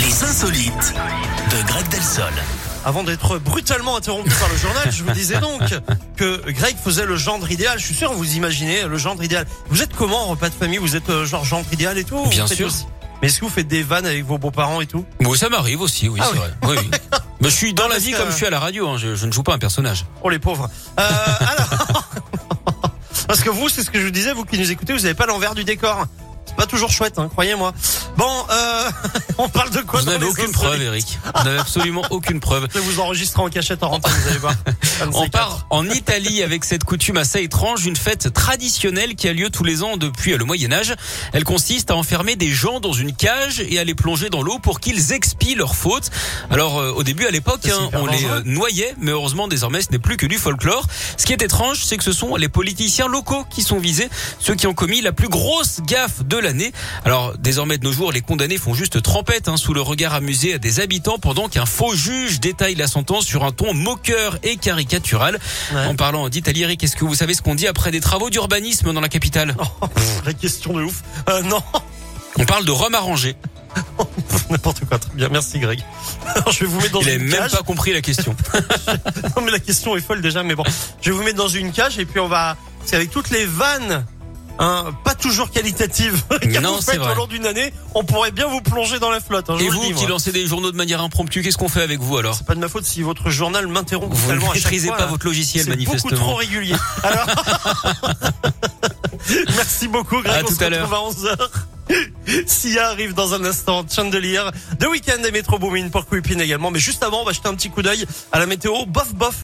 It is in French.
insolites de Greg Delsol. Avant d'être brutalement interrompu par le journal, je vous disais donc que Greg faisait le gendre idéal. Je suis sûr, vous imaginez le gendre idéal. Vous êtes comment en repas de famille Vous êtes euh, genre gendre idéal et tout Bien Vous faites sûr. aussi- Mais est-ce que vous faites des vannes avec vos beaux-parents et tout Bon, ça m'arrive aussi, oui, Ah c'est oui. vrai. Oui, oui. Mais je suis dans la parce vie que- comme je suis à la radio, hein, je, je ne joue pas un personnage. Oh les pauvres. Euh, alors, parce que vous, c'est ce que je vous disais, vous qui nous écoutez, vous n'avez pas l'envers du décor. C'est pas toujours chouette, hein, croyez-moi. Bon, euh, on parle de quoi Vous dans n'avez les aucune insolites preuve, Eric. Vous n'avez absolument aucune preuve. Je vais vous enregistrer en cachette en rentrant, vous allez voir. Un de On ces part en Italie avec cette coutume assez étrange, une fête traditionnelle qui a lieu tous les ans depuis euh, le Moyen Âge. Elle consiste à enfermer des gens dans une cage et à les plonger dans l'eau pour qu'ils expient leurs fautes. Alors euh, au début à l'époque, C'est hein, super on les dangereux. euh, noyait, mais heureusement désormais ce n'est plus que du folklore. Ce qui est étrange, c'est que ce sont les politiciens locaux qui sont visés, ceux qui ont commis la plus grosse gaffe de l'année. Alors désormais de nos jours, les condamnés font juste trempette hein, sous le regard amusé des habitants pendant qu'un faux juge détaille la sentence sur un ton moqueur et caricatural. Ouais. En parlant d'Italie, Eric, est-ce que vous savez ce qu'on dit après des travaux d'urbanisme dans la capitale Oh, pff, la question de ouf. Euh, non, On parle de Rome arrangé. n'importe quoi. Très bien, merci Greg. Alors, je vais vous mettre dans Il a une même cage. pas compris la question. Non mais la question est folle déjà, mais bon, je vais vous mettre dans une cage et puis on va. C'est avec toutes les vannes, hein, pas toujours qualitatives. que Non, vous c'est faites vrai. au long d'une année, on pourrait bien vous plonger dans la flotte. hein, je Et vous, le vous dis, qui moi. lancez des journaux de manière impromptue, qu'est-ce qu'on fait avec vous alors C'est pas de ma faute si votre journal m'interrompt Vous ne totalement à chaque maîtrisez fois, hein. pas là. votre logiciel C'est beaucoup trop manifestement. régulier. Alors... Merci beaucoup, Greg. À on tout se à l'heure. retrouve à 11h. Sia arrive dans un instant. Chandelier. De week-end des métro Boomin pour Quipin également. Mais juste avant, on va jeter un petit coup d'œil à la météo. Bof, bof.